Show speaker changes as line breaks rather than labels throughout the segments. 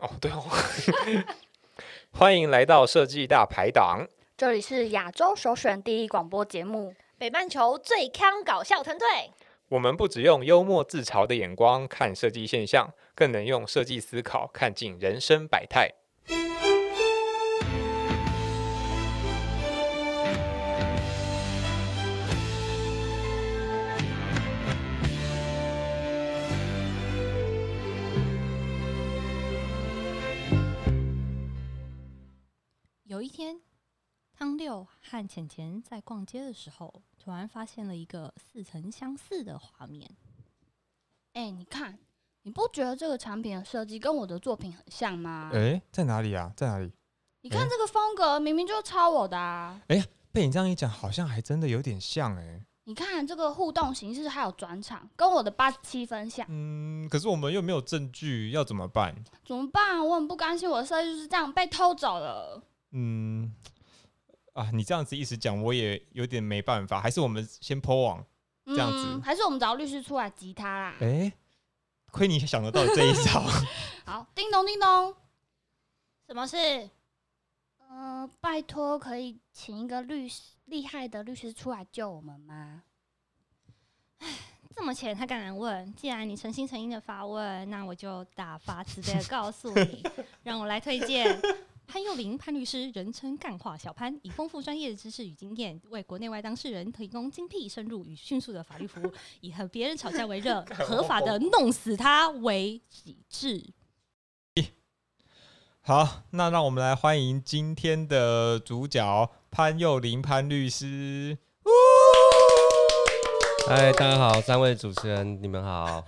哦，对哦， 欢迎来到设计大排档，
这里是亚洲首选第一广播节目，
北半球最康搞笑团队，
我们不只用幽默自嘲的眼光看设计现象，更能用设计思考看尽人生百态。
有一天，汤六和浅浅在逛街的时候，突然发现了一个似曾相似的画面。
哎、你看，你不觉得这个产品的设计跟我的作品很像吗？
哎，在哪里啊？在哪里？
你看这个风格明明就抄我的啊！
被你这样一讲，好像还真的有点像哎、
你看这个互动形式还有转场，跟我的八十七分像，
嗯，可是我们又没有证据，要怎么办？
怎么办？我很不甘心，我的设计就是这样被偷走了。
嗯，啊，你这样子一时讲，我也有点没办法。还是我们先抛网。
嗯，
样子
还是我们找律师出来吉他啦。
哎、亏你想得到这一招。
好，叮咚叮咚，
什么事？
呃，拜托，可以请一个律师厉害的律师出来救我们吗？
这么浅，他敢来问？既然你诚心诚意的发问，那我就打发慈悲的告诉你，让我来推荐潘佑林潘律师，人称“干话小潘”，以丰富专业的知识与经验，为国内外当事人提供精辟、深入与迅速的法律服务，以和别人吵架为乐，合法的弄死他为己志。
好，那让我们来欢迎今天的主角潘佑林潘 律师。
嗨，大家好，三位主持人，你们好。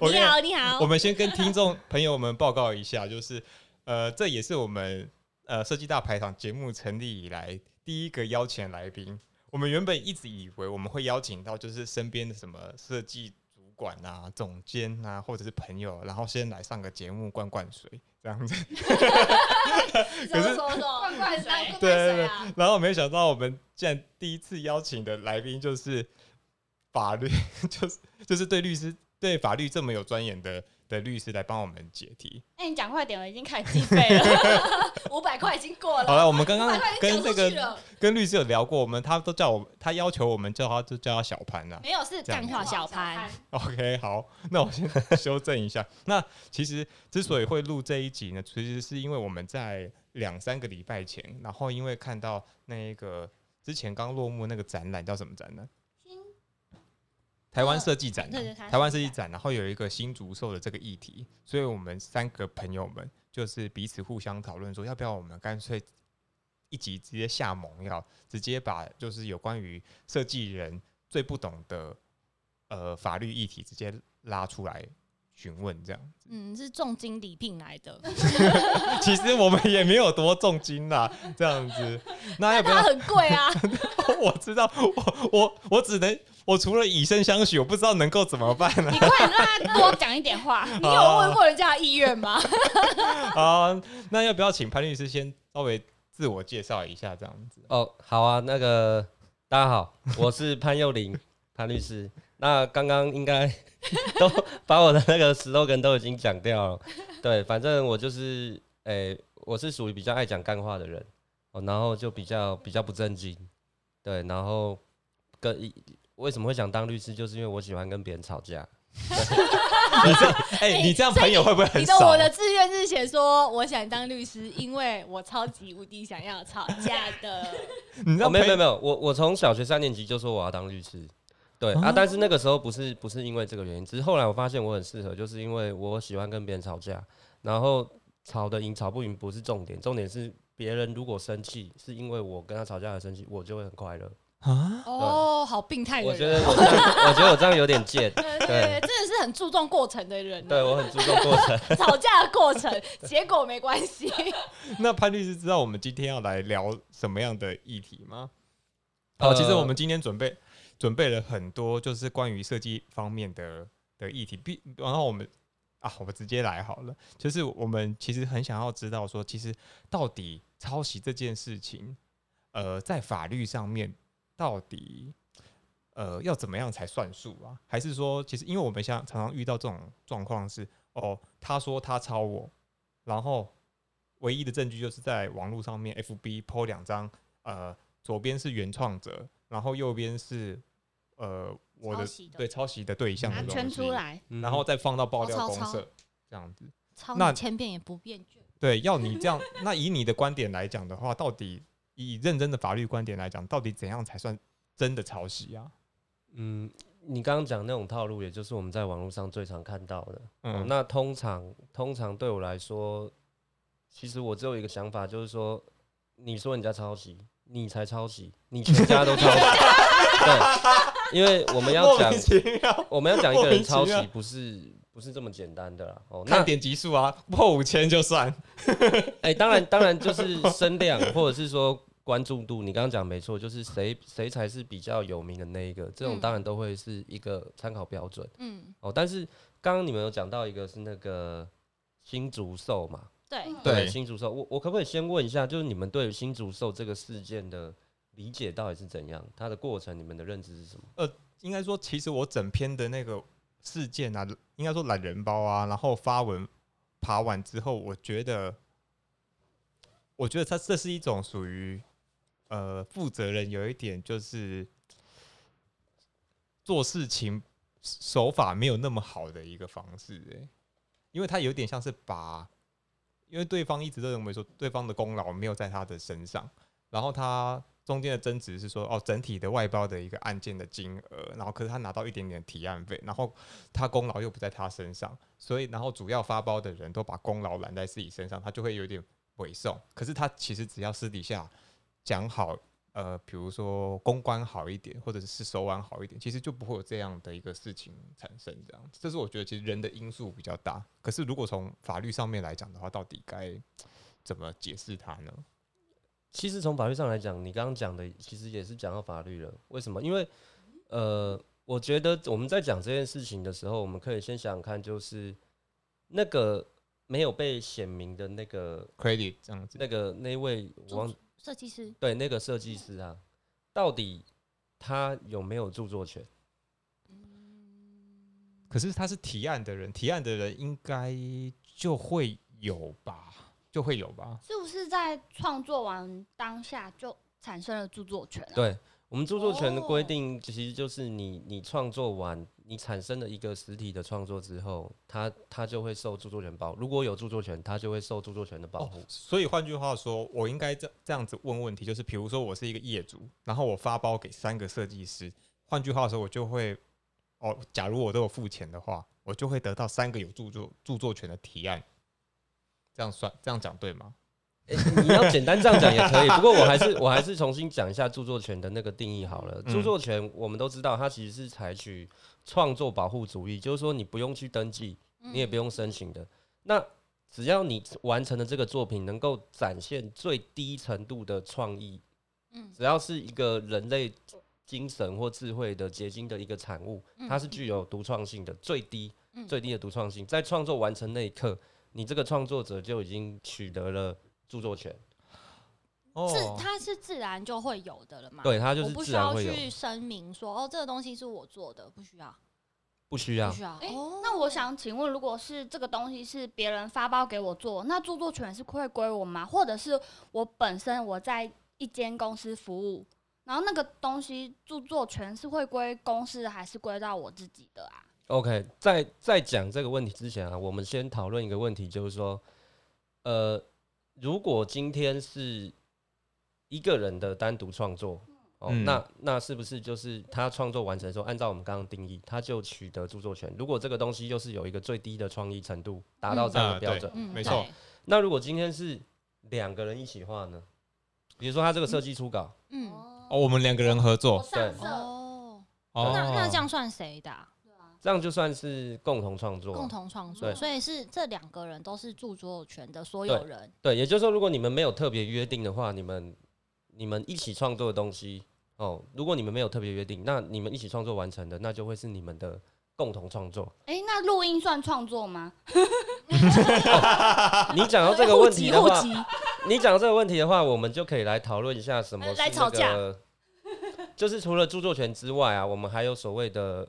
我跟
你
讲
好，你好
我，们先跟听众朋友们报告一下，就是呃，这也是我们呃设计大排场节目成立以来第一个邀请来宾。我们原本一直以为我们会邀请到就是身边的什么设计主管啊、总监啊，或者是朋友，然后先来上个节目灌灌水这样子。可是，
说说，
怪
谁
对对对，然后没想到我们竟然第一次邀请的来宾就是法律， 就是就是对律师对法律这么有钻研的的律师来帮我们解题。
哎、你讲快点，我已经开始计费了， 五百块已经过
好
了。
了，我们刚
500
刚
块已经
哦跟
交
这
出去
个
了，
跟律师有聊过，我们他都叫我，他要求我们叫他就叫他小潘啊呐、
没有是
这样
干话小潘。
OK，好，那我先 修正一下。那其实之所以会录这一集呢，其实是因为我们在两三个礼拜前，然后因为看到那个之前刚落幕那个展览叫什么展览？台湾设计展啊、
哦对对台湾
台湾设
设计
计展，然后有一个新竹兽的这个议题，所以我们三个朋友们就是彼此互相讨论说，要不要我们干脆一集直接下猛药，直接把就是有关于设计人最不懂的呃法律议题直接拉出来询问这样。
嗯，是重金礼聘来的，
其实我们也没有多重金啦，这样子，那要不
它
要？
很贵啊。
我知道，我我我只能。我除了以身相许，我不知道能够怎么办啊呢、
你快点让他多讲一点话。
你有问
过人家的意愿吗？
哦啊、那要不要请潘律师先稍微自我介绍一下，这样子？
哦，好啊，那个大家好，我是潘佑林 潘律师。那刚刚应该 都把我的那个 slogan 都已经讲掉了。对，反正我就是，诶、我是属于比较爱讲干话的人，哦，然后就比较比较不正经，对，然后跟为什么会想当律师，就是因为我喜欢跟别人吵架。
你这哎、你这样朋友会不会很
你的
少
我？的志愿是写说，我想当律师，因为我超级无敌想要吵架的。
你知道
哦，没有
朋友
没有没有，我我从小学三年级就说我要当律师，对啊
啊
但是那个时候不是不是因为这个原因，只是后来我发现我很适合，就是因为我喜欢跟别人吵架，然后吵得赢吵不赢不是重点，重点是别人如果生气，是因为我跟他吵架而生气，我就会很快乐。
啊？
哦，好病态
我
的
觉
人，
得我这样我觉得我这样有点贱，
对对对，真的是很注重过程的人，啊
对我很注重过程。
吵架的过程，结果没关系。
那潘律师知道我们今天要来聊什么样的议题吗？哦，其实我们今天准备准备了很多，就是关于设计方面的的议题。必然后我们啊，我们直接来好了。就是我们其实很想要知道说，其实到底抄袭这件事情，呃，在法律上面到底呃要怎么样才算数啊？还是说，其实因为我们像常常遇到这种状况是，哦，他说他抄我，然后唯一的证据就是在网络上面 FB PO 两张，呃，左边是原创者，然后右边是呃我
抄
的
袭的
对抄袭的对象的
把它
东
圈
西
出，来，哦
嗯
然后再放到爆料
抄
公
抄
社这样子。
抄
那
你千遍也不厌倦。
对，要你这样，那以你的观点来讲的话，到底以认真的法律观点来讲，到底怎样才算真的抄袭啊？
嗯，你刚刚讲那种套路，也就是我们在网络上最常看到的。哦
嗯，
那通常通常对我来说，其实我只有一个想法，就是说，你说人家抄袭，你才抄袭，你全家都抄袭。对，因为我们要
莫
讲
名，其妙，
我们要讲一
莫
个
名
人
其
抄袭
妙，
不是不是这么简单的啦。哦，那
看点击数啊，破五千就算。
哎、当然， 当然就是声量，或者是说关注度。你刚刚讲没错，就是谁谁才是比较有名的那一个，这种
嗯
当然都会是一个参考标准
嗯，
哦。但是刚刚你们有讲到一个是那个新竹兽嘛，
对，
嗯
对
新竹兽，我我可不可以先问一下，就是你们对于新竹兽这个事件的理解到底是怎样？它的过程，你们的认知是什么？
应该说，其实我整篇的那个事件啊，应该说懒人包啊，然后发文爬完之后，我觉得，我觉得它这是一种属于呃负责人有一点就是做事情手法没有那么好的一个方式、欸，因为他有点像是把，因为对方一直都认为说对方的功劳没有在他的身上，然后他中间的争执是说，哦，整体的外包的一个案件的金额，然后可是他拿到一点点提案费，然后他功劳又不在他身上，所以然后主要发包的人都把功劳揽在自己身上，他就会有点委送。可是他其实只要私底下讲好，呃，比如说公关好一点，或者是手腕好一点，其实就不会有这样的一个事情产生。这样子，这是我觉得其实人的因素比较大。可是如果从法律上面来讲的话，到底该怎么解释它呢？
其实从法律上来讲，你刚刚讲的其实也是讲到法律了。为什么？因为呃，我觉得我们在讲这件事情的时候，我们可以先想想看，就是那个没有被显明的那个
credit 这样子。
那个那位我忘
设计师
对那个设计师啊，到底他有没有著作权？
可是他是提案的人，提案的人应该就会有吧，就会有吧。
是不是在创作完当下就产生了著作权啊？
对我们著作权的规
哦
定，其实就是你你创作完，你产生了一个实体的创作之后，它它就会受著作权保。如果有著作权，它就会受著作权的保护。
所以换句话说，我应该这这样子问问题，就是比如说我是一个业主，然后我发包给三个设计师，换句话说，我就会哦，假如我都有付钱的话，我就会得到三个有著作著作权的提案。这样算这样讲对吗？
诶你要简单这样讲也可以，不过我还是我还是重新讲一下著作权的那个定义好了。著
嗯
作权我们都知道，它其实是采取创作保护主义，就是说你不用去登记，
嗯
你也不用申请的。那只要你完成的这个作品能够展现最低程度的创意，
嗯
只要是一个人类精神或智慧的结晶的一个产物，
嗯
它是具有独创性的，最低
嗯
最低的独创性，在创作完成那一刻，你这个创作者就已经取得了著作权，
自，它是自然就会有的了嘛？
对，它就
啊我
是
不
自
需
然
要
会有，啊
去声明说哦，这个东西是我做的，不需要，
不需要
不需要。
哎
哦，
那我想请问，如果是这个东西是别人发包给我做，那著作权是会归我吗？或者是我本身我在一间公司服务，然后那个东西著作权是会归公司还是归到我自己的啊？
OK，在在讲这个问题之前啊，我们先讨论一个问题，就是说，呃，如果今天是一个人的单独创作，哦，
嗯
那那是不是就是他创作完成之后，按照我们刚刚定义，他就取得著作权？如果这个东西又是有一个最低的创意程度，达到这
嗯
样的标
对
准，
嗯
没错，
对
那如果今天是两个人一起画呢？比如说他这个设计初稿，
嗯，
哦，我们两个人合作，
对
上色，
哦，
哦，
那那这样算谁的啊、
这样就算是共同创作啊，
共同创作，
对
所以是这两个人都是著作权的所有人。
对，也就是说，如果你们没有特别约定的话，你们你们一起创作的东西哦，如果你们没有特别约定，那你们一起创作完成的，那就会是你们的共同创作。
哎、那录音算创作吗？
你讲到这个问题的
户
话，
籍户籍
你讲到这个问题的话，我们就可以来讨论一下什么是、那个
来吵架。
就是除了著作权之外啊，我们还有所谓的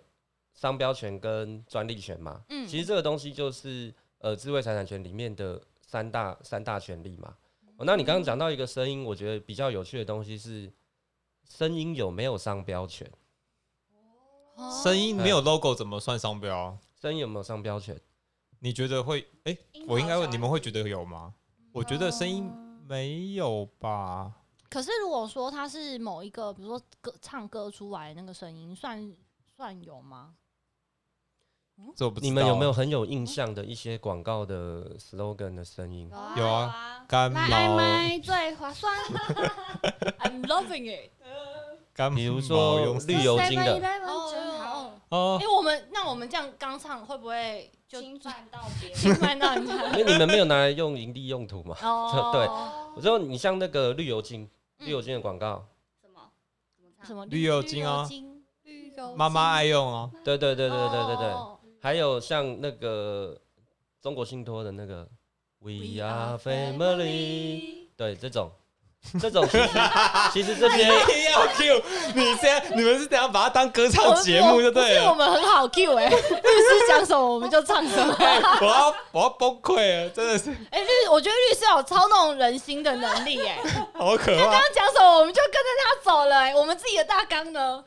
商标权跟专利权嘛。
嗯
其实这个东西就是呃智慧财产权里面的三大三大权利嘛。哦、那你刚刚讲到一个声音，我觉得比较有趣的东西是声音有没有商标权？
嗯
哦声音没有 logo 怎么算商标？啊
声音有没有商标权？
你觉得会？哎、我应该问你们会觉得有吗？我觉得声音没有吧。
可是如果说它是某一个，比如说歌唱歌出来的那个声音，算算有吗？
这我不知道。啊
你们有没有很有印象的一些广告的 slogan 的声
哦
音？
啊
有啊干
来爱
毛？
麦最划算，
I'm loving it。
干毛
比如说
用
绿油精的，
7-Eleven
哦
真好，
哦
哎、，我们那我们这样刚唱会不会就
侵犯到别人。
侵犯到 人家？
因为你们没有拿来用盈利用途嘛。
哦，
我说你像那个绿油精，
嗯
绿油精的广告，
什么？怎么唱
什么
绿油精啊
绿油精绿油精
妈妈爱用 哦。
对对对对对对对，
哦
还有像那个中国信托的那个 We
We are
Are Family，对这种，这种其实其实这些
你哎要 Q，你这样你们是怎样把它当歌唱节目就对
哦不是我
了？
们很好 Q 哎、律师讲什么我们就唱什么。
哎我要我要崩溃了，真的是
哎、律，我觉得律师有操弄人心的能力哎、
好可怕
他。讲什么我们就跟着他走了哎、我们自己的大纲 呢？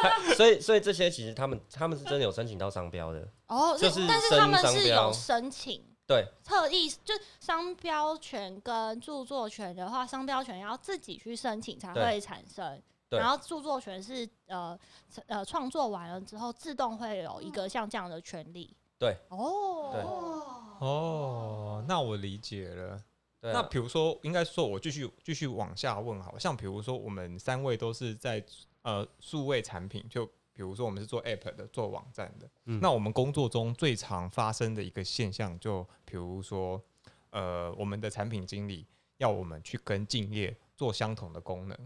还，所以所以这些其实他们他们是真的有申请到商标的，
哦，
就是是
但是他们
申商
是
标
有申请，
对，
特意就商标权跟著作权的话，商标权要自己去申请才
对
会产生。
对
然后著作权是呃呃创作完了之后，自动会有一
嗯
个像这样的权利。
对，对
哦，
哦，那我理解了。
对
那
啊，
比如说，应该说我继续继续往下问好了，像比如说我们三位都是在呃数位产品，就比如说我们是做 app 的，做网站的。
嗯
那我们工作中最常发生的一个现象，就比如说呃我们的产品经理要我们去跟敬业做相同的功能，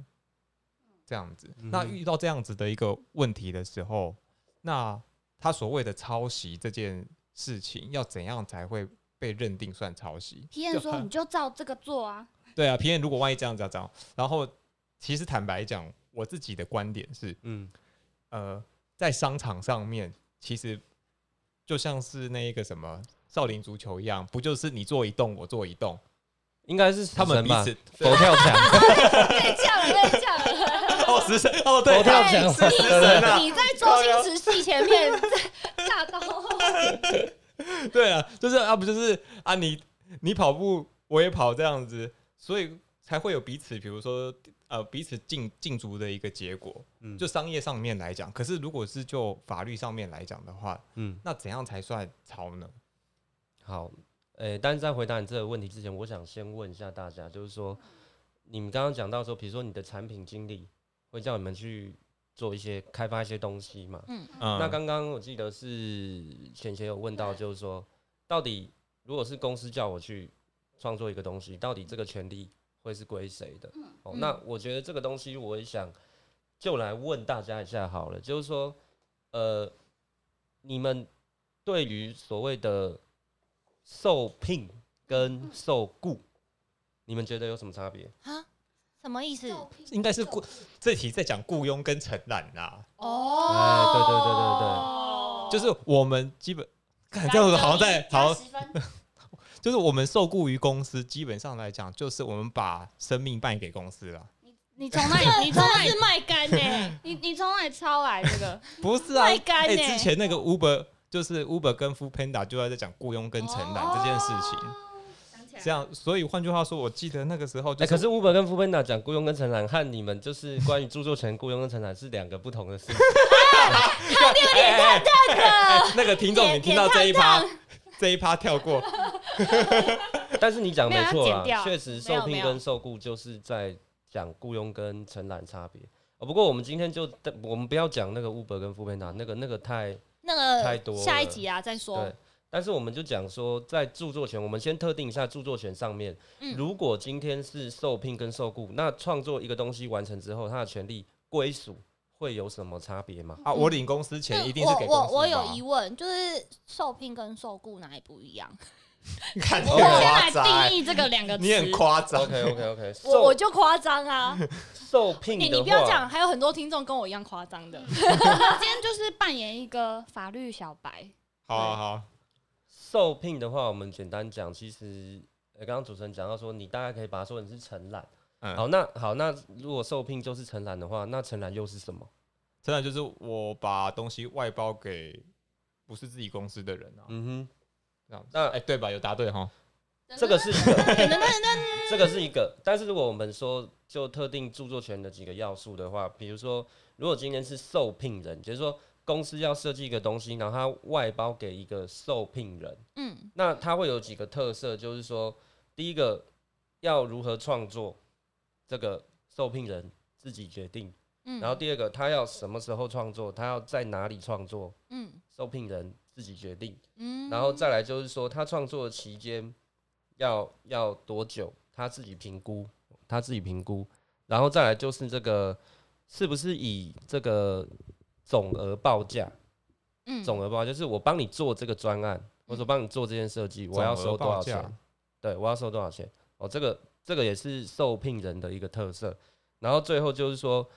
这样子。
嗯
那遇到这样子的一个问题的时候，那他所谓的抄袭这件事情，要怎样才会被认定算抄袭？
体验说你就照这个做 啊，
对啊，皮燕，如果万一这样子要这样，然后其实坦白讲，我自己的观点是，
嗯，
呃，在商场上面，其实就像是那一个什么少林足球一样，不就是你做一动，我做一动，
应该是
他们
死
彼
神吧
此
佛跳墙，
被降了，被降了。
哦，食神哦， 对
佛，跳墙，
是食神啊，
你在周星驰戏前面 大刀，
对啊，就是啊，不就是啊，你你跑步，我也跑这样子，所以才会有彼此，比如说呃，彼此竞竞逐的一个结果。
嗯
就商业上面来讲，可是如果是就法律上面来讲的话，
嗯，
那怎样才算抄呢？
好，诶、但是在回答你这个问题之前，我想先问一下大家，就是说，你们刚刚讲到说，比如说你的产品经理会叫你们去做一些开发一些东西嘛？
嗯
那刚刚我记得是浅浅有问到，就是说，到底如果是公司叫我去创作一个东西，到底这个权利会是归谁的？哦，那我觉得这个东西，我也想就来问大家一下好了，就是说，呃，你们对于所谓的受聘跟受雇，你们觉得有什么差别？
什么意思？
应该是雇这题在讲雇佣跟承揽啦，
哦
哎对对对对对
哦
就是我们基本看这样子好像在好，
十分
就是我们受雇于公司，基本上来讲就是我们把生命卖给公司了，
你从哪 里？你从哪
真的
里？
是卖干欸呢、
你你从哪里抄来这个？
不是啊？
卖干
哎
欸
之前那个 Uber 就是 Uber 跟 Food Panda 就在在讲雇佣跟承
哦
揽这件事情，
想起
这
来了，
样，所以换句话说，我记得那个时候
哎、
就
可是 Uber 跟 f o o p a n d a 讲雇佣跟承揽，和你们就是关于著作权雇佣跟承揽是两个不同的事情。
哎哎哎哎那个听众，你听到这一趴，这一趴跳过，
但是你讲没错
没有
啦
要剪，掉
确实
没
受
有没
聘
有
跟受雇就是在讲雇佣跟承揽差别。哦，不过我们今天就我们不要讲那个 Uber 跟 f o o p a n d a 那个那个太
那
太
个
多了
下一集啊再说
对。，但是我们就讲说，在著作权，我们先特定一下著作权上面，
嗯
如果今天是受聘跟受雇，那创作一个东西完成之后，它的权利归属会有什么差别吗？
啊，我领公司钱
就
一定是给
我
公
我
司
我
吧
有疑问，就是受聘跟受雇哪里不一样？
你看你
哦
我
很
们先
夸
来
张欸，
定义这个两个词。
你很夸张。
OK OK OK，
我
受
我就夸张啊！
受
哎、
聘的话，
你不要讲，还有很多听众跟我一样夸张的。
今天就是扮演一个法律小白，
好好好，
受聘的话，我们简单讲，其实呃，刚刚主持人讲到说，你大概可以把它说成是承揽。
嗯
好，那好，那如果受聘就是承揽的话，那承揽又是什么？
真的就是我把东西外包给不是自己公司的人啊，
嗯
这样子。
那
哎，对吧？有答对哈。
哼， 这个是一个，这个是一个。但是如果我们说就特定著作权的几个要素的话，比如说，如果今天是受聘人，就是说公司要设计一个东西，然后它外包给一个受聘人，
嗯，
那它会有几个特色，就是说，第一个要如何创作，这个受聘人自己决定；
嗯
然后第二个，他要什么时候创作，他要在哪里创作，
嗯
受聘人自己决定；
嗯
然后再来就是说，他创作的期间要要多久，他自己评估，他自己评估；然后再来就是这个是不是以这个总额报价，
嗯
总额报价就是我帮你做这个专案，或者说帮你做这件设计，我要收多少
总额报
钱
价？
对，我要收多少钱？哦，这个这个也是受聘人的一个特色。然后最后就是说，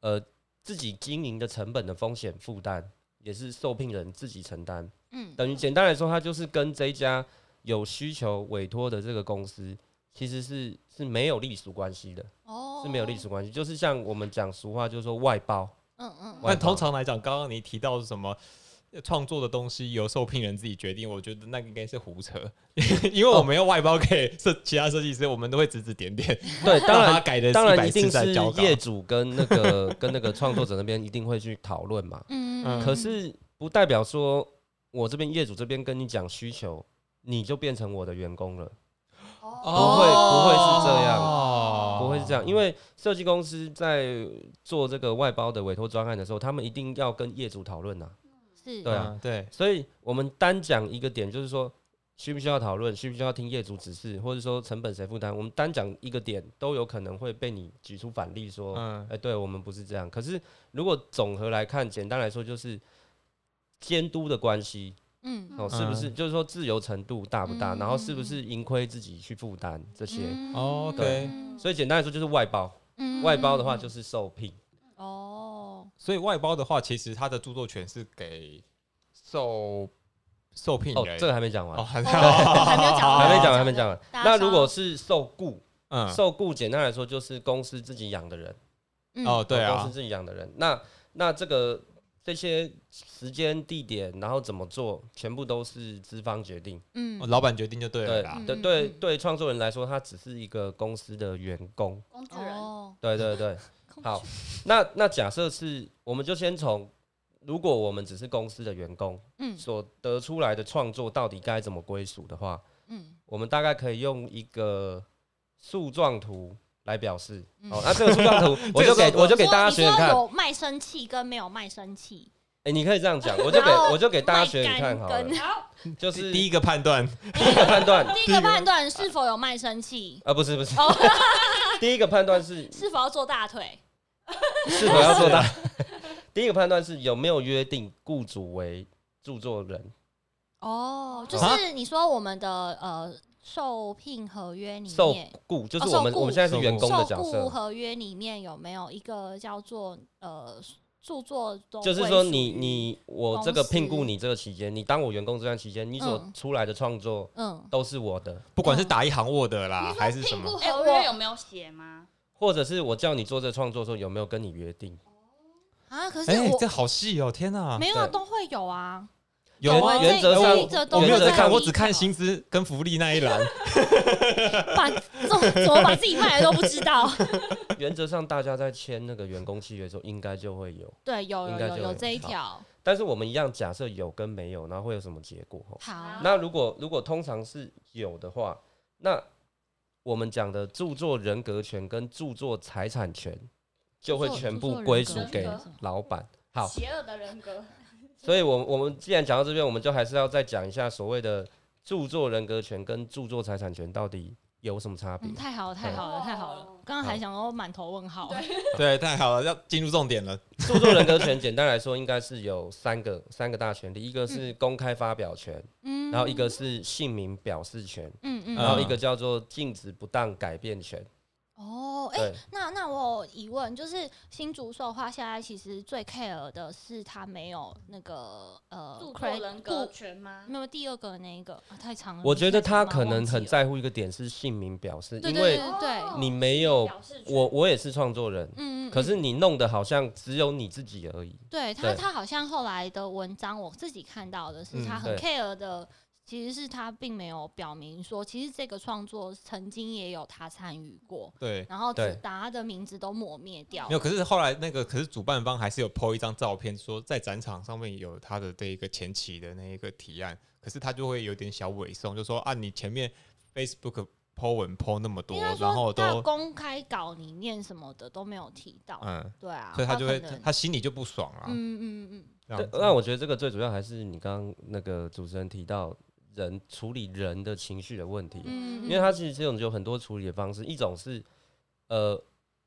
呃，自己经营的成本的风险负担也是受聘人自己承担。
嗯
等于简单来说，它就是跟这一家有需求委托的这个公司其实是是没有隶属关系的，
哦
是没有隶属关系。就是像我们讲俗话，就是说外包。
嗯嗯
外
但
包
通常来讲，刚刚你提到是什么呃创作的东西由受聘人自己决定，我觉得那个应该是胡扯， 因为
哦
我们要外包给设其他设计师，我们都会指指点点，
对，当
让
然
他改的
当然
一
一定
在
是
交稿。
业主跟那个 跟那个创作者那边一定会去讨论嘛。
嗯
嗯
可是不代表说我这边业主这边跟你讲需求，你就变成我的员工了，
不
哦
不会不会是这样，
哦
不会是这样，因为设计公司在做这个外包的委托专案的时候，他们一定要跟业主讨论呐。
是
对啊
嗯对，
所以我们单讲一个点，就是说需不需要讨论，需不需要听业主指示，或者说成本谁负担，我们单讲一个点都有可能会被你举出反例说。
嗯
哎、，对我们不是这样。可是如果总和来看，简单来说就是监督的关系
嗯
哦，是不是？就是说自由程度大不大，
嗯
然后是不是盈亏自己去负担这些。
哦
对
嗯
所以简单来说就是外包，
以
外包的话就是受聘。
嗯哦
所以外包的话，其实它的著作权是给受受聘
哦，
人
这个还没讲完，
哦，还没
还没有讲完
还没讲完，
哦
还没讲完。
打
那
扫
如果是受雇，
嗯
受雇简单来说就是公司自己养的人，
嗯
哦，对
公
啊
司，自己养的人。那那这个这些时间、地点，然后怎么做，全部都是资方决定。
嗯
哦老板决定就对了啦。
嗯
对对对，创作人来说，他只是一个公司的员工。
工具人。
哦
对 对对，好，那那假设是，我们就先从，如果我们只是公司的员工
嗯
所得出来的创作到底该怎么归属的话，
嗯
我们大概可以用一个树状图来表示。
嗯
好，那这个树 状图，我就
这个树
给
状
我就给大家
你
选
说
选看。
有卖身契跟没有卖身契，
哎，你可以这样讲，我就给
然后
我就给大家选选
卖
看
干
好了
跟，
就是
第
第
一个判断，
一个判断，
第一个判断是否有卖身契，
啊，不是不是
哦，
第一个判断是
是否要做大腿，
是否要做到？ 第一个判断是有没有约定雇主为著作人，
哦，就
啊
是你说我们的呃受聘合约里
受
面，
雇就是
哦
我们、
受雇
我们现在是员工的
受
角
雇
色，
合约里面有没有一个叫做呃著作都
就是
归
说
属
你
于
你我这个聘雇你这个期间，你当我员工这段期间，你所
嗯
出来的创作
嗯
都是我的，
不管是打一行 Word 啦，还是什么，
哎，合约有没有写吗？
或者是我叫你做这个创作的时候有没有跟你约定？
啊，可是
哎，
我
这好细哦，天哪！
没有啊
对
都会有啊，
有
有
吗？
啊
原则
这
上
一则都
我没有
在
在看，
里
我只看
头
薪资跟福利那一栏。
把怎么怎么把自己卖了都不知 道。
原则上大家在签那个员工契约的时候应该就会有，
对，有
应
有
该
有
就
有
有
这一条。
但是我们一样假设有跟没有，然后会有什么结果？吼
啊
好，
那如果如果通常是有的话，那我们讲的著作人格权跟著作财产权就会
著作
全
著
部
作
归
人
属
格
给
人格
老板。好，
邪恶的人格，
所以我们我们既然讲到这边，我们就还是要再讲一下所谓的著作人格权跟著作财产权到底有什么差别
嗯，。太好了，太
对
好了，太好了。。刚刚还想说满头问号，
对，太好了，要进入重点了。
著作人格权简单来说，应该是有 三个三个大权利，一个是公开发表权，
嗯
然后一个是姓名表示权，
嗯嗯
啊
然后一个叫做禁止不当改变权。
哦，哎、
对，
那那我有疑问，就是新竹兽的话，现在其实最 care 的是他没有那个呃
著作
credit-
人格
顾
权吗？
没有第二个那一个、啊、太长了。
我觉得他可
忘
能
记
很
了，
在乎一个点是姓名表示，
对
因
对
为
对对，
哦
你没有
表示权
我我也是创作人，
嗯嗯，
可
嗯
是你弄得好像只有你自己而已。
对他
对
他好像后来的文章，我自己看到的是
嗯
他很
对
care 的，其实是他并没有表明说，其实这个创作曾经也有他参与过，
对，
然后
对
只把他的名字都抹灭掉
没。有。可是后来那个，可是主办方还是有 PO 一张照片，说在展场上面有他的这一个前期的那一个提案，可是他就会有点小委送，就说啊，你前面 Facebook PO 文 PO 那么多，啊
应该
然后
说到
都
公开稿里面什么的都没有提到，
嗯，
对啊，
所以他就会
可
他
能
他心里就不爽了。
嗯嗯嗯
这
对
样，子
那我觉得这个最主要还是你刚刚那个主持人提到人处理人的情绪的问题，
嗯，
因为他其实这种有很多处理的方式，一种是呃，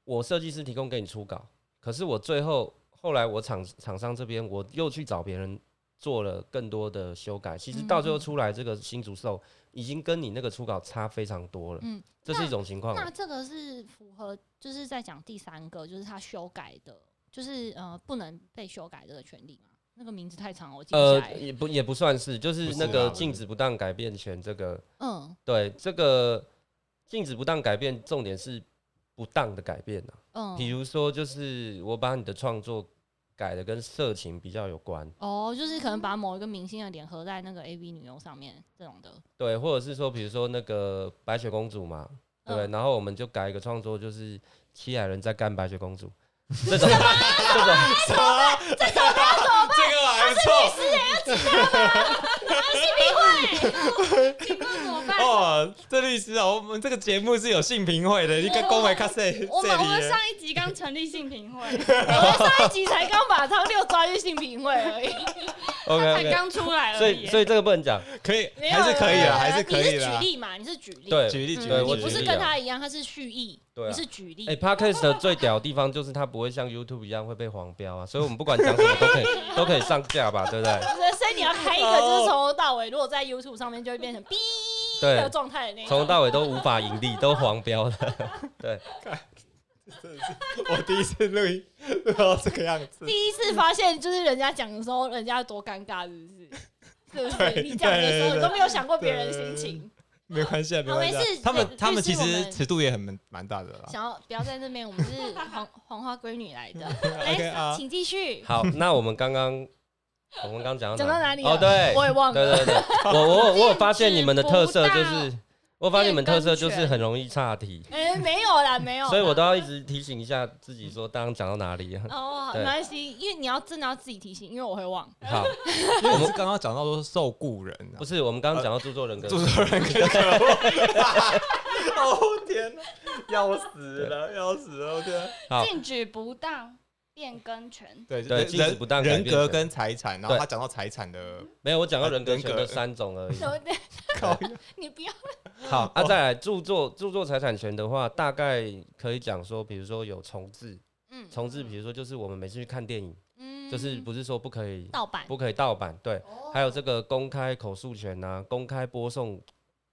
我设计师提供给你初稿，可是我最后后来我厂厂商这边我又去找别人做了更多的修改，其实到
嗯
最后出来这个新竹兽已经跟你那个初稿差非常多了，
嗯
这是一种情况。啊
那这个是符合，就是在讲第三个，就是他修改的，就是呃不能被修改这个权利嘛。那个名字太长了，我记不
呃
起，来。
也不也不算是，就是
不是
那
啦
个
不是
禁止不当改变权这个，
呃
嗯
对这个禁止不当改变，重点是不当的改变啊。比
嗯，
如说，就是我把你的创作改的跟色情比较有关，
哦，就是可能把某一个明星的脸合在那个 AV 女优上面这种的。
对，或者是说，比如说那个白雪公主嘛，对不对，
嗯
然后我们就改一个创作，就是七矮人在干白雪 公主，这种这种
这个还不错
请问怎么办？
哦，这律师啊，我们这个节目是有性评会的，一个公维咖啡这里
我们我们
耶
上一集刚成立性评会，
我们上一集才刚把汤六抓去性评会而已，
OK
才
OK，
刚出来而
所
已
以所以这个不能讲，
可以
没 有
还是可以
啦
啊，还是可以
你是举
啦。
例嘛？你是举例，
对
举例举
对
例，
我
你
举
不是
例
跟
啊
他一样，他是蓄意，
对啊
你是举例。
哎、p o d c a s t 的最屌的地方就是它不会像 YouTube 一样会被黄标啊，所以我们不管讲什么都可以都可以上架吧，对不对？
所以你要开一个，就是从头到尾，如果在 YouTube 上面就会变成 B 的
对，
状态的那一
从头
种。
到尾都无法盈利，都黄标的。
我第一次录音录到这个样子，
第一次发现，就是人家讲的时候，人家多尴尬，是不 是？是不是？
对
你讲的时候，
对
你都没有想过别人的心情，
没关系啊，没
好
关系啊
没事。
他
律
们他们
律
其
师我
实
们
尺度也很蛮蛮大的啦。
想要不要在那边？我们是 黄黄花闺女来
嗯
的，哎
OK 啊，
请继续。
好，那我们刚刚我们刚讲
讲到哪里了啊
哦，对，
我也忘了。
对对对，我我我有发现你们的特色就
禁止
是，我发现你们特色就
变
是
更
很容易岔题，
哎，没有啦，没有啦。
所以我都要一直提醒一下自己说，刚刚讲到哪里？
哦，
对
没关系，因为你要真的要自己提醒，因为我会忘。
好，
因为我们刚刚讲到说受雇人啊
不，是我们刚刚讲到著作人格，
呃著作人格可恶。 哦天哪，要死了，要死了！我天哪，
好
禁止不当变更权。
对
对
人
禁止不当改
人
变
格
权
跟财产，然后
对
他讲到财产的，
没有，我讲到人格
人格
权的三种 而已。
什么 的
靠，
你不要
好，啊，再来著作著作财产权的话，大概可以讲说，比如说有重置，
嗯
重置，比如说就是我们每次去看电影，
嗯
就是不是说不可以
盗版
不可以盗版，对，
哦
还有这个公开口述权啊，公开播送、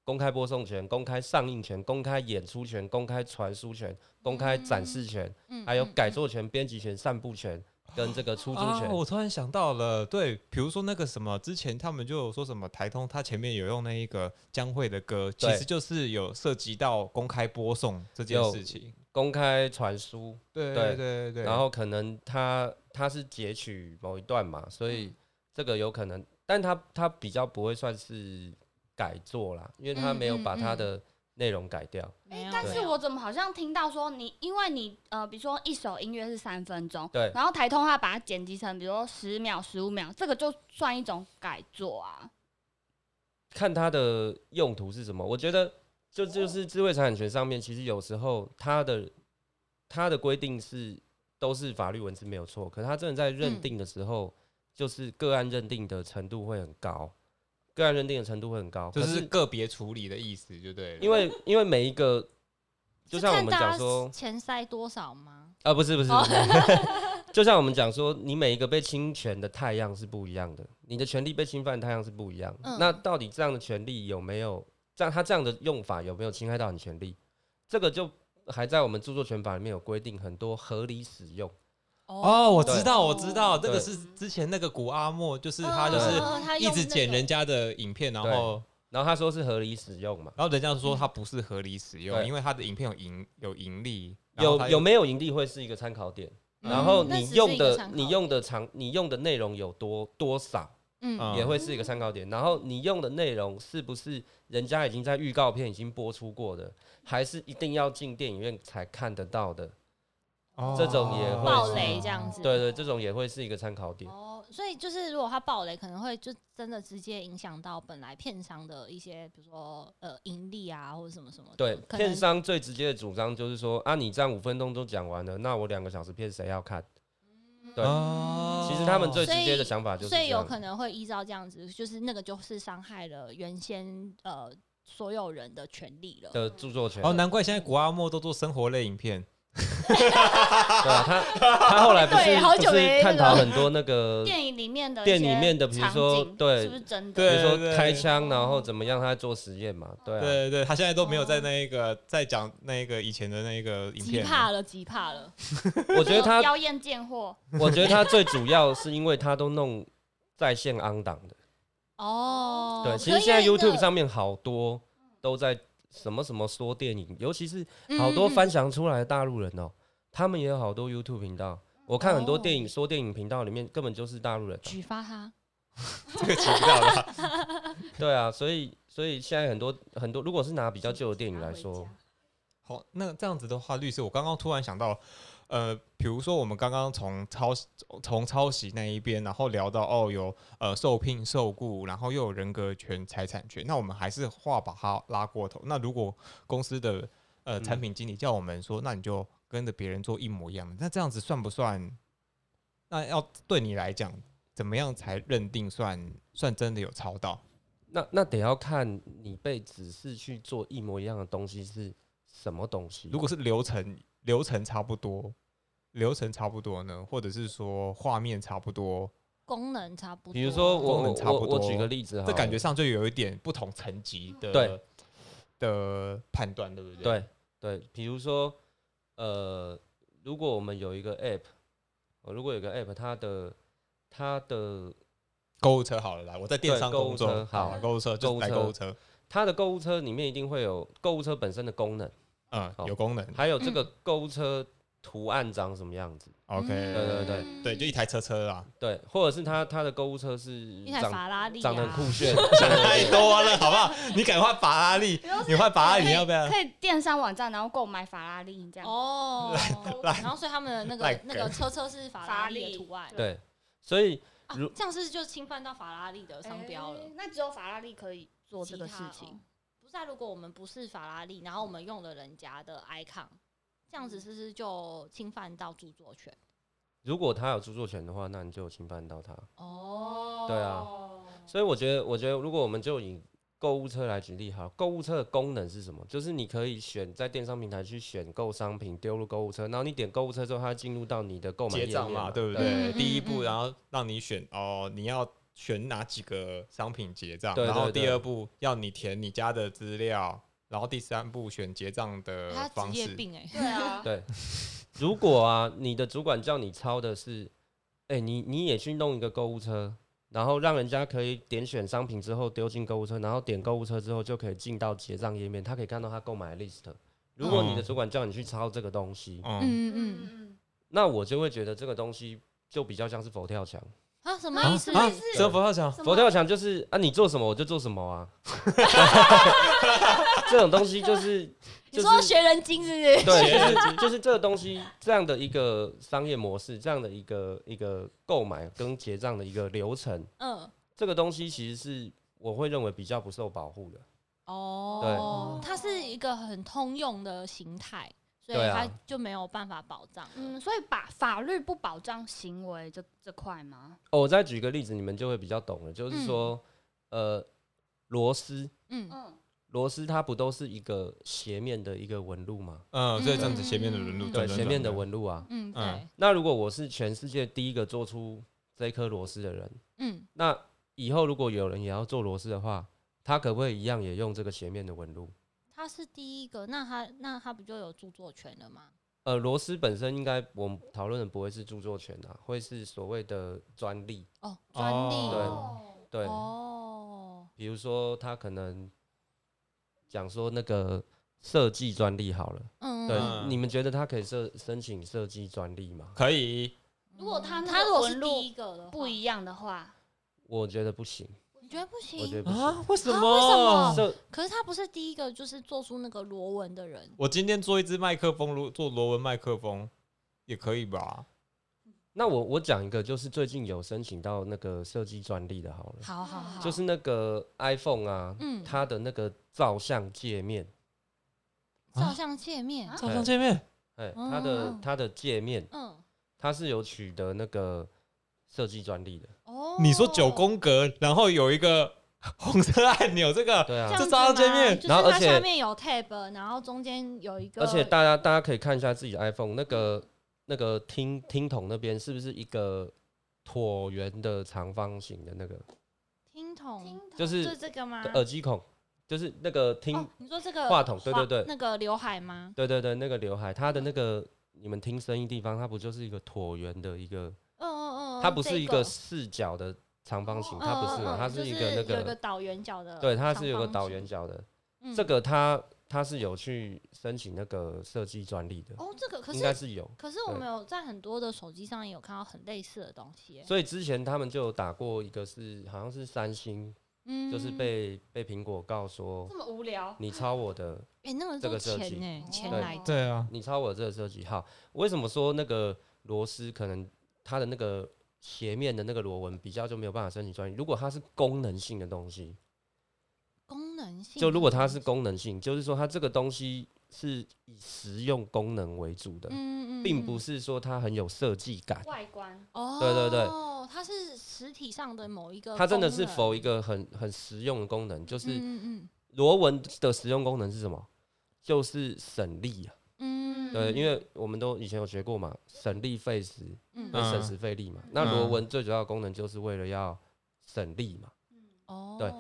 公开播送权、公开上映权、公开演出权、公开传输权、公开展示权，
嗯
还有
嗯
改作权、编辑权、散布权跟这个出租权。
啊我突然想到了，对，比如说那个什么，之前他们就有说什么台通，他前面有用那一个江蕙的歌，其
对
实就是有涉及到公开播送这件
有
事情。
公开传输，
对对
对
对对，
然后可能他他是截取某一段嘛，所以这个有可能，但他他比较不会算是改作啦，因为他
嗯
没有
嗯
把他
嗯
的内容改掉。
没有
但
没
是
有
我怎么好像听到说你，因为你呃，比如说一首音乐是三分钟，
对
然后台通他把它剪辑成，比如说十秒、十五秒，这个就算一种改作啊。
看它的用途是什么。我觉得就就是智慧财产权上面，其实有时候它的它的规定是都是法律文字没有错，可是它真的在认
嗯
定的时候，就是个案认定的程度会很高，个案认定的程度会很高，
就
可
是
是
个别处理的意思，就对了。
因为因为每一个就是像我
看
们
大
讲
家
说
钱塞多少吗？
啊，不是不是，
哦
不是 就像我们讲说，你每一个被侵权的太阳是不一样的，你的权利被侵犯的太阳是不一样的。
嗯
那到底这样的权利有没有这样他这样的用法有没有侵害到你权利？这个就还在我们著作权法里面有规定很多合理使用。
哦，我
对
知道，我知道，这个
对
是之前那个古阿莫，就是他就
嗯
是
哦他
一
用
直
那
剪
个
人家的影片，然
对
后
然后他说是合理使用嘛，
然后人家说他不是合理使用，
对
因为他的影片有盈有盈利，然后
有
他
有没有盈利会是一个参考点。
嗯
然后
那只
你
是
用
一个
的
参考
你用的长你用的内容有多多少，
嗯
嗯
也会是一个参考点。然后你用的内容是不是人家已经在预告片已经播出过的，还是一定要进电影院才看得到的？
哦
这种也会
暴
是
雷这样子。
对对，这种也会是一个参考点。
嗯哦，所以就是如果他暴雷，可能会就真的直接影响到本来片商的一些，比如说呃盈利啊，或者什么什么的。
对，
可
片
能
商最直接的主张就是说啊，你这样五分钟都讲完了，那我两个小时片谁要看？对
哦
其实他们最直
所
接的
以
想法就是
嗯所
这
以有
样。
可能会依照这样子，就是那个就是伤害了原先呃所有人的权利了。
的著作权，
哦，难怪现在古阿莫都做生活类影片，
对啊，他他后来不
对好
是
久
不
没
是探讨
那个
很多那个
电影里面的一
呃电
些
影里面的比如
场
说
景
对
是不是真
对
的？
比如说开枪，然后怎么样，他做实验嘛，对啊，
对对，他现在都没有在那个在讲那个以前的那个影
极
片了，
怕了，极怕了。
我觉得他，
妖艳贱货，
我觉得他最主要是因为他都弄在线昂档的，
哦，
对，
可
其实
因
现在
为那
YouTube 上面好多都在什么什么说电影，尤其是
嗯
好多
嗯
翻墙出来的大陆人哦，他们也有好多 YouTube 频道。我看很多
哦
电影说电影频道里面根本就是大 陆人哦，
举发他，
这个起不到了。
对啊，所以所以现在很多很多，如果是拿比较旧的电影来说，
好，那这样子的话，律师，我刚刚突然想到，呃，比如说我们刚刚从抄从抄袭那一边，然后聊到哦有呃受聘受雇，然后又有人格权、财产权，那我们还是话把它拉过头。那如果公司的呃
嗯
产品经理叫我们说，那你就跟着别人做一模一样的，那这样子算不算？那要对你来讲，怎么样才认定算算真的有抄到？
那那得要看你被指示去做一模一样的东西是什么东西。
如果是流程流程差不多，流程差不多呢，或者是说画面差不多，
功能差不多。
比如说我
功能
我
差不
我我
多
举个例子好了，
这感觉上就有一点不同层级的
对
的判断，对不对？
对对，比如说呃，如果我们有一个 app，呃如果有个 app，它的它的
购物车好了啦，我在电
对
商
购
工
物
作，
车好
啦购物车就
购
是
物
来
车
购物车，
它的购物车里面一定会有购物车本身的功能，
嗯，
好
有功能
还有这个购物车图案长什么样子，
，OK，
嗯对对对
嗯
对，就一台车车 啦，
对，或者是它它的购物车是
一台
长
法拉利、啊，
长得很酷炫，
太多了，好不好？你赶快法拉利，你换法拉利要不
呃
要？
可以电商网站，然后购买法拉利这样。
哦。然后所以他们的那
赖
个
梗
那个车车是法拉利的图案，
对，所以
啊
如，
这样是就侵犯到法拉利的商标了。
哎那只有法拉利可以做这个事
其他哦
情。
不是啊，如果我们不是法拉利，然后我们用了人家的 icon，这样子是不是就侵犯到著作权？
如果它有著作权的话，那你就有侵犯到它。
哦
对啊，所以我觉得，我觉得如果我们就以购物车来举例好了，购物车的功能是什么？就是你可以选在电商平台去选购商品，丢入购物车，然后你点购物车之后，它进入到你的购买
结
页
账
面
嘛，
嘛，
对不
对？
对？
嗯
第一
嗯
步，
嗯
然后让你选哦，你要选哪几个商品结账，
对
然后
对对
第二步要你填你家的资料，然后第三步选结账的
他职
方
业
式。
病哎、
对 啊，
对如果啊，你的主管叫你抄的是，哎、你你也去弄一个购物车，然后让人家可以点选商品之后丢进购物车，然后点购物车之后就可以进到结账页面，他可以看到他购买的 list。如果你的
嗯
主管叫你去抄这个东西，
嗯，
嗯嗯嗯，
那我就会觉得这个东西就比较像是佛跳墙。
啊，什么
啊
意思？
啊
意思
这佛跳墙
什么
佛跳墙就是啊，你做什么我就做什么啊。 这种东西就是，
你
就
说
是
学人精是不是？
对，就是就是这个东西这样的一个商业模式，这样的一个一个购买跟结账的一个流程，
嗯，
这个东西其实是我会认为比较不受保护的。
哦，它是一个很通用的形态，所以
对啊
它就没有办法保障。
嗯，所以把法律不保障行为这这块吗？
哦，我再举个例子，你们就会比较懂了，就是说，呃，螺丝
嗯，
嗯，
螺丝它不都是一个斜面的一个纹路吗？
嗯，所以这样子斜面的纹路，
嗯
对，
转转
斜面
转
的纹路啊。
嗯，
嗯
对，
那如果我是全世界第一个做出这颗螺丝的人，
嗯，
那以后如果有人也要做螺丝的话，他可不可以一样也用这个斜面的纹路？
他是第一个，那他那他不就有著作权了吗？
呃，螺丝本身应该我们讨论的不会是著作权啊，会是所谓的专利。
哦，专利，
哦，
对，
哦，
比如说他可能讲说那个设计专利好了，
嗯，
对，
嗯
你们觉得他可以设申请设计专利吗？
可以，
如果他那个
他如果是
纹路
第一个的话
不，一样的话，
我觉得不行，
你觉得不
我
行
觉得？不行。
为什
啊为什么
设
可是他不是第一个，就是做出那个螺纹的人，
我今天做一支麦克风，如做螺纹麦克风也可以吧？
那我我讲一个，就是最近有申请到那个设计专利的，好了，
好好好，
就是那个 iPhone 啊，
嗯，
它的那个照相界面，
照相界面，
啊
照相界面
哎、它的
哦
它的界面，
嗯，
它是有取得那个设计专利的，
哦，
你说九宫格，然后有一个红色按钮，这个
对啊
这。样照界面
就是
然后而
它
且
下面有 tab，然后中间有一个，
而
哦
且大家大家可以看一下自己的 iPhone 那个那个听听筒那边是不是一个椭圆的长方形的那个，
听筒，
就
就是
是
这个吗？
耳机孔，就是那个听、
哦，你说这个
话筒，对对对
那个刘海吗？
对对对，那个刘海，它的那个你们听声音地方，它不就是一个椭圆的一个，
嗯嗯嗯，
它不
这
是一个四角的长方形，
哦
它不是
嗯
嘛，
嗯嗯
它
就是
一个那
有一个
个，
倒圆角的，
对，它是有个倒圆，角的，
嗯
这个它它是有去申请那个设计专利的，
哦，这个可
应该
是
是有。
可是我们有在很多的手机上也有看到很类似的东西耶，
所以之前他们就有打过一个是好像是三星，
嗯
就是被被苹果告说
这么无聊，
你抄我的，
哎那个
这
都
个设
钱
计
呢，钱
对
来的，
对啊，
你抄我这个设计号。为什么说那个螺丝可能它的那个斜面的那个螺纹比较就没有办法申请专利？如果它是功能性的东西，
功能性的东西，
就如果它是功能性，就是说它这个东西是以实用功能为主的，
嗯，嗯嗯，
并不是说它很有设计感。
外观
哦，
对对对，
它是实体上的某一个功能，
它真的是否一个很很实用的功能，就
嗯
是
嗯
螺纹的实用功能是什么？就是省力啊，
嗯嗯，
对，
嗯
因为我们都以前有学过嘛，省力费时，
嗯
会
嗯
省时费力嘛。那螺纹最主要的功能就是为了要省力嘛。
哦
对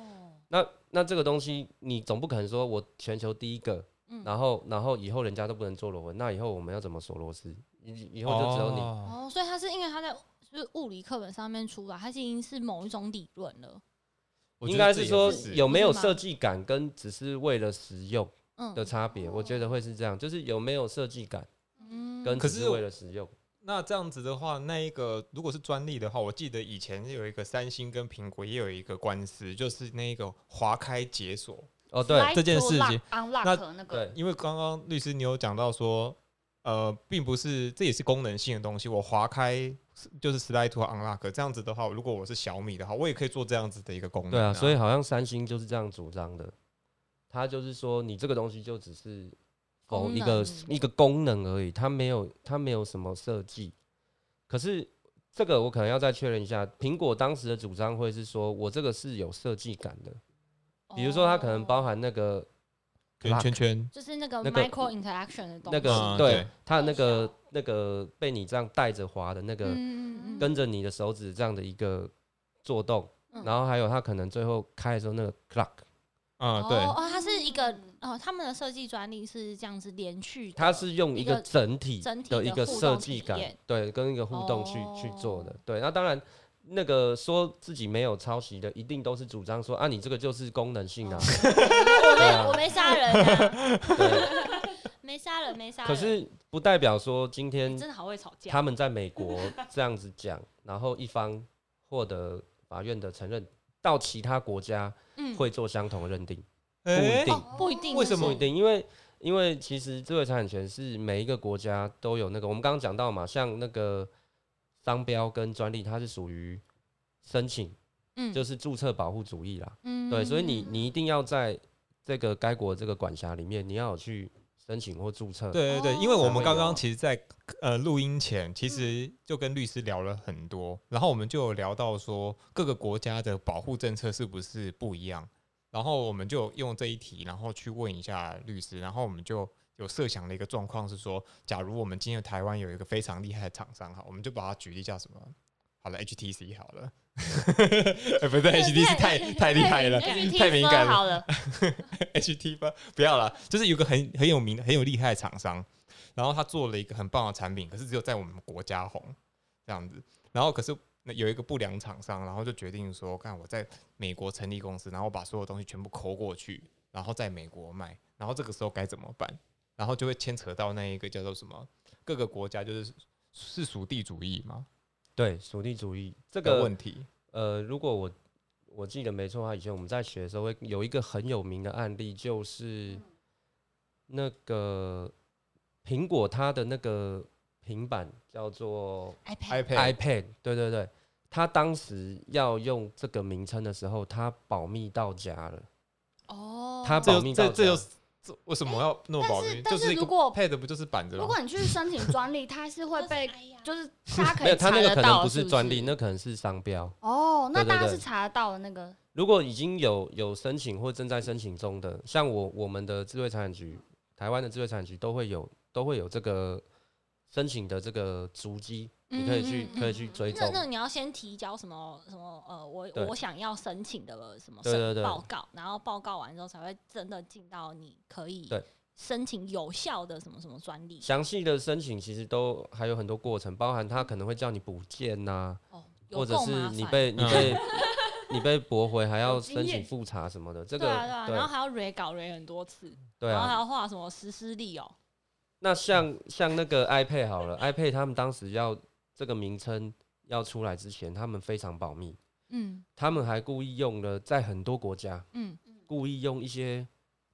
那那这个东西，你总不可能说我全球第一个，
嗯
然后然后以后人家都不能做螺纹，那以后我们要怎么锁螺丝？以以
以
后就只有你。
你。
哦，所以它是因为它在就是物理课本上面出来，它已经是某一种理论了，
我觉
应
得
该
这
是
也
说
不是
有没有
不是吗
设计感，跟只是为了实用
嗯
的差别，我觉得会是这样，就是有没有设计感，
嗯
跟
可
只
是
是为了实用。
那这样子的话，那一个如果是专利的话，我记得以前有一个三星跟苹果也有一个官司，就是那一个划开解锁，
哦，对，
这件事情
unlock 那个
对，
因为刚刚律师你有讲到说，呃，并不是这也是功能性的东西，我划开就是 slide to unlock 这样子的话，如果我是小米的话，我也可以做这样子的一个功能、
对啊，所以
以
好像三星就是这样主张的，他就是说你这个东西就只是否
功
一个
能
一个功能而已，它没有它没有什么设计。可是这个我可能要再确认一下，苹果当时的主张会是说我这个是有设计感的，比如说它可能包
哦
含那个
圈圈圈，
就是那个
那个
micro interaction 的东西，
那个
嗯
对
对
它的那个那个被你这样带着滑的那个
嗯嗯嗯
跟着你的手指这样的一个做动，
嗯
然后还有它可能最后开的时候那个 clock。
嗯，对，
哦，哦它是一个
嗯
哦，他们的设计专利是这样子连续的，
它是用
一
一个
个
整体
整体
的
的
一个
互
设
动
计
体
感
验，
对，跟一个互动去、去做的
哦。
对，那当然，那个说自己没有抄袭的，一定都是主张说啊，你这个就是功能性啊。
我
对
没
啊
我没杀人啊，
哦
对，
没杀人，没杀人。
可是不代表说今天
你真的好会吵架，
他们在美国这样子讲，然后一方获得法院的承认，到其他国家
嗯哦
会做相同的认定，不
哎
一定。
不一定，
为什么
就
不一
是
定，因为因为其实智慧财产权是每一个国家都有那个，我们刚刚讲到嘛，像那个商标跟专利，它是属于申请，
嗯
就是注册保护主义啦。
嗯
对，所以你
嗯
你一定要在这个该国这个管辖里面，你要有去申请或注册。
对对对，因为
哦
我们
才会
刚
有啊
刚其实在，呃录音前，其实就跟律师聊了很多，然后我们就有聊到说各个国家的保护政策是不是不一样。然后我们就用这一题，然后去问一下律师，然后我们就有设想的一个状况是说，假如我们今天台湾有一个非常厉害的厂商，哈，我们就把它举例叫什么？好了，HTC 好了， 哎，不对，HTC 太太厉害了太敏感了
好了，
，HT 吧，不要了，就是有一个很很有名的、很有厉害的厂商，然后他做了一个很棒的产品，可是只有在我们国家红这样子。然后可是那有一个不良厂商，然后就决定说，看我在美国成立公司，然后把所有东西全部抠过去，然后在美国卖，然后这个时候该怎么办？然后就会牵扯到那一个叫做什么，各个国家就是是属地主义嘛
对，属地主义这
的
个
问题。
呃，如果我我记得没错的话，以前我们在学的时候会有一个很有名的案例，
嗯
就是那个苹果它的那个平板叫做
iPad
iPad
iPad，对对对，它当时要用这个名称的时候，它保密到家了，
哦，
它
这
保密
又这
到
这
家
又。这为什么要那么
但
保
是
密？
但
就是是一
如
个
果
Pad 不就是板着吗？
如果你去申请专利，它是会被，就是 大家可以
没有，它
查
那个
得
可能
到，
不
是
是
不
专利，
是
那可能是商标。
哦，那
对对
大家
对
是查得到的那个，
如果已经有有申请或正在申请中的，像我我们的智慧财产局，台湾的智慧财产局都会有都会有这个申请的这个足迹，你可以
嗯
去
嗯嗯
可以去追
那
踪。
那你要先提交什么什么呃，我
对
我想要申请的什么
对对对
报告，然后报告完之后才会真的进到你可以
对
申请有效的什么什么专利。
详细的申请其实都还有很多过程，包含他可能会叫你补件呐、
哦，有
或者
够麻
是你
烦
被你
嗯
被、你被驳回，还要
有经
申请
验，
复查什么的。这个
对啊对啊，
对
然后还要 re 搞 re 很多次，
对
然后还
啊。
要画什么实施力哦，
那像像那个 iPad 好了，iPad 他们当时要这个名称要出来之前，他们非常保密。
嗯
他们还故意用了在很多国家
嗯，
故意用一些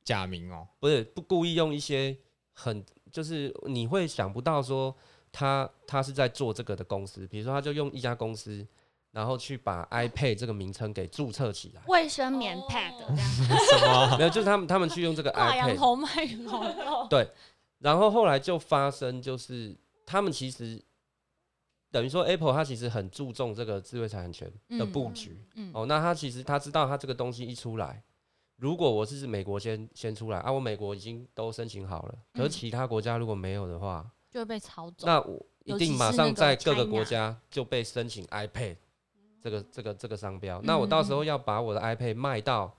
假名哦，
不是不故意用一些很就是你会想不到说他他是在做这个的公司，比如说他就用一家公司，然后去把 iPad 这个名称给注册起来
卫生棉 pad
哦
这样，
什么？
没有就是他们他们去用这 个
挂羊
iPad，
头卖狗肉，
然后后来就发生就是他们其实等于说 Apple 它其实很注重这个智慧财产权的
嗯
布局，
嗯
哦，那他其实他知道他这个东西一出来，如果我是美国先先出来啊，我美国已经都申请好了，可是
嗯
其他国家如果没有的话，
就会被抄走。
那我一
尤
定
其
马
是
上
那个
在各个
China
国家就被申请 iPad 这个这个这个商标。那我
嗯
到时候要把我的 iPad 卖到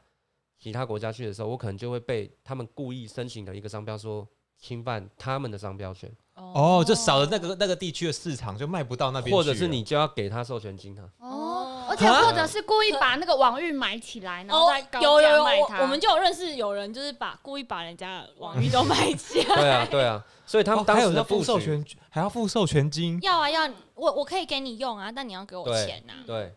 其他国家去的时候，我可能就会被他们故意申请的一个商标说侵犯他们的商标权，
哦，就少了那个那个地区的市场，就卖不到那边去了，
或者是你就要给他授权金啊。
哦
哦，
而且或者是故意把那个网域埋起来，然后
哦
再高，
有有
价
有，
卖
我
它，
我们就有认识有人就是把故意把人家的
嗯
网域都卖起 来。
对啊，对啊，所以他们
哦
当
还有
时的
要付
布
授
局，
权，还要付授权金。
要啊要，我我可以给你用啊，但你要给我
对
钱呐。
对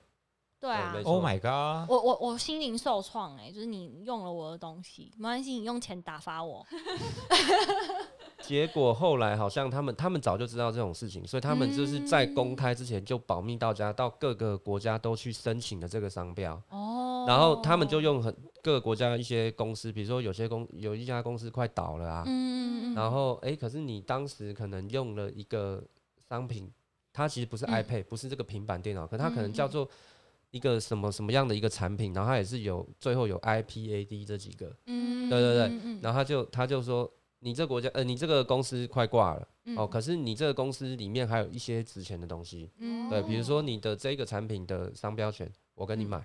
对啊
对没，错
Oh my god！
我我我心灵受创哎，就是你用了我的东西，没关系，你用钱打发我。
结果后来好像他们他们早就知道这种事情，所以他们就是在公开之前就保密到家，到各个国家都去申请了这个商标，
哦
然后他们就用很各个国家一些公司，比如说有些公有一家公司快倒了啊，
嗯
然后诶，可是你当时可能用了一个商品，它其实不是
嗯
iPad，、不是这个平板电脑，可它可
嗯
能
嗯
叫做一个什么什么样的一个产品，然后它也是有最后有 IPAD 这几个，
嗯
对对对
对，
然后他就他就说你这国家呃你这个公司快挂了。哦，可是你这个公司里面还有一些值钱的东西，
嗯
对，比如说你的这个产品的商标权，我跟你
嗯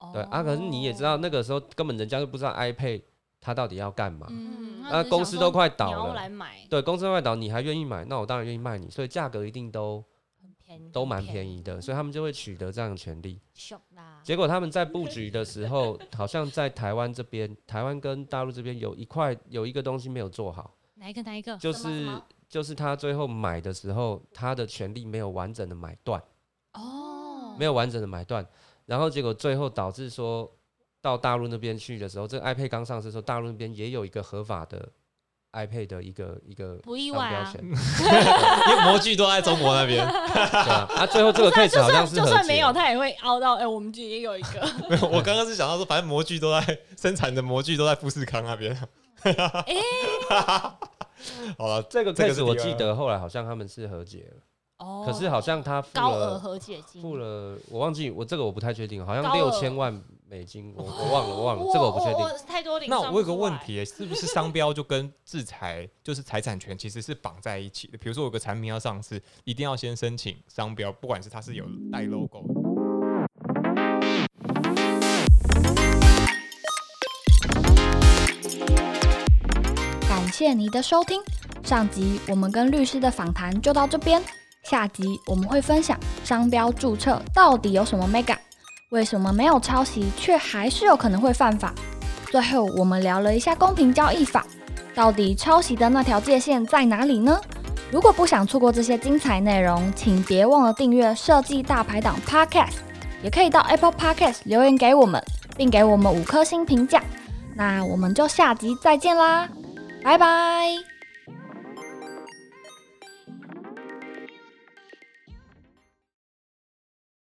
哦
买，对啊，可是你也知道那个时候根本人家就不知道 iPad 它到底要干嘛，
嗯，
啊，公司都快倒
你要
了，
来买，
对，公司外倒你还愿意买，那我当然愿意卖你，所以价格一定都
很便宜，
都蛮便宜的，所以他们就会取得这样的权利。
秀啦。
结果他们在布局的时候，好像在台湾这边，台湾跟大陆这边有一块有一个东西没有做好。
哪一个哪一个？
就
什么什
是
么
就是他最后买的时候，他的权利没有完整的买断，
哦，
没有完整的买断，然后结果最后导致说到大陆那边去的时候，这个 iPad 刚上市的时候，大陆那边也有一个合法的 iPad 的一个一个
不意
商
外
标
啊
权，
因为模具都在中国那 边，
对啊，啊最后这个 case 好像是
就
和
算
解
没有，他也会凹到。哎，我们这也有一个。
没有我刚刚是想到说，反正模具都在生产的模具都在富士康那边。哎， 好了，
这个
这个是
case 我
题外
记
话
得后来好像他们是和解了，
哦
可是好像他付
高额
了
和解金
付了，我忘记我这个我不太确定，好
高
像
额哦
六千万北京，我我忘了，我忘了，这个我不确定。
我太多零
那
算
我有
不
个
出
问
来，
题，是不是商标就跟制裁，就是财产权其实是绑在一起的？比如说，有个产品要上市，一定要先申请商标，不管是它是有带 logo 的。
感谢你的收听。上集我们跟律师的访谈就到这边，下集我们会分享商标注册到底有什么美感，为什么没有抄袭却还是有可能会犯法。最后我们聊了一下公平交易法，到底抄袭的那条界限在哪里呢？如果不想错过这些精彩内容，请别忘了订阅《设计大排档》Podcast，也可以到 Apple Podcast 留言给我们，并给我们五颗星评价。那我们就下集再见啦！拜拜。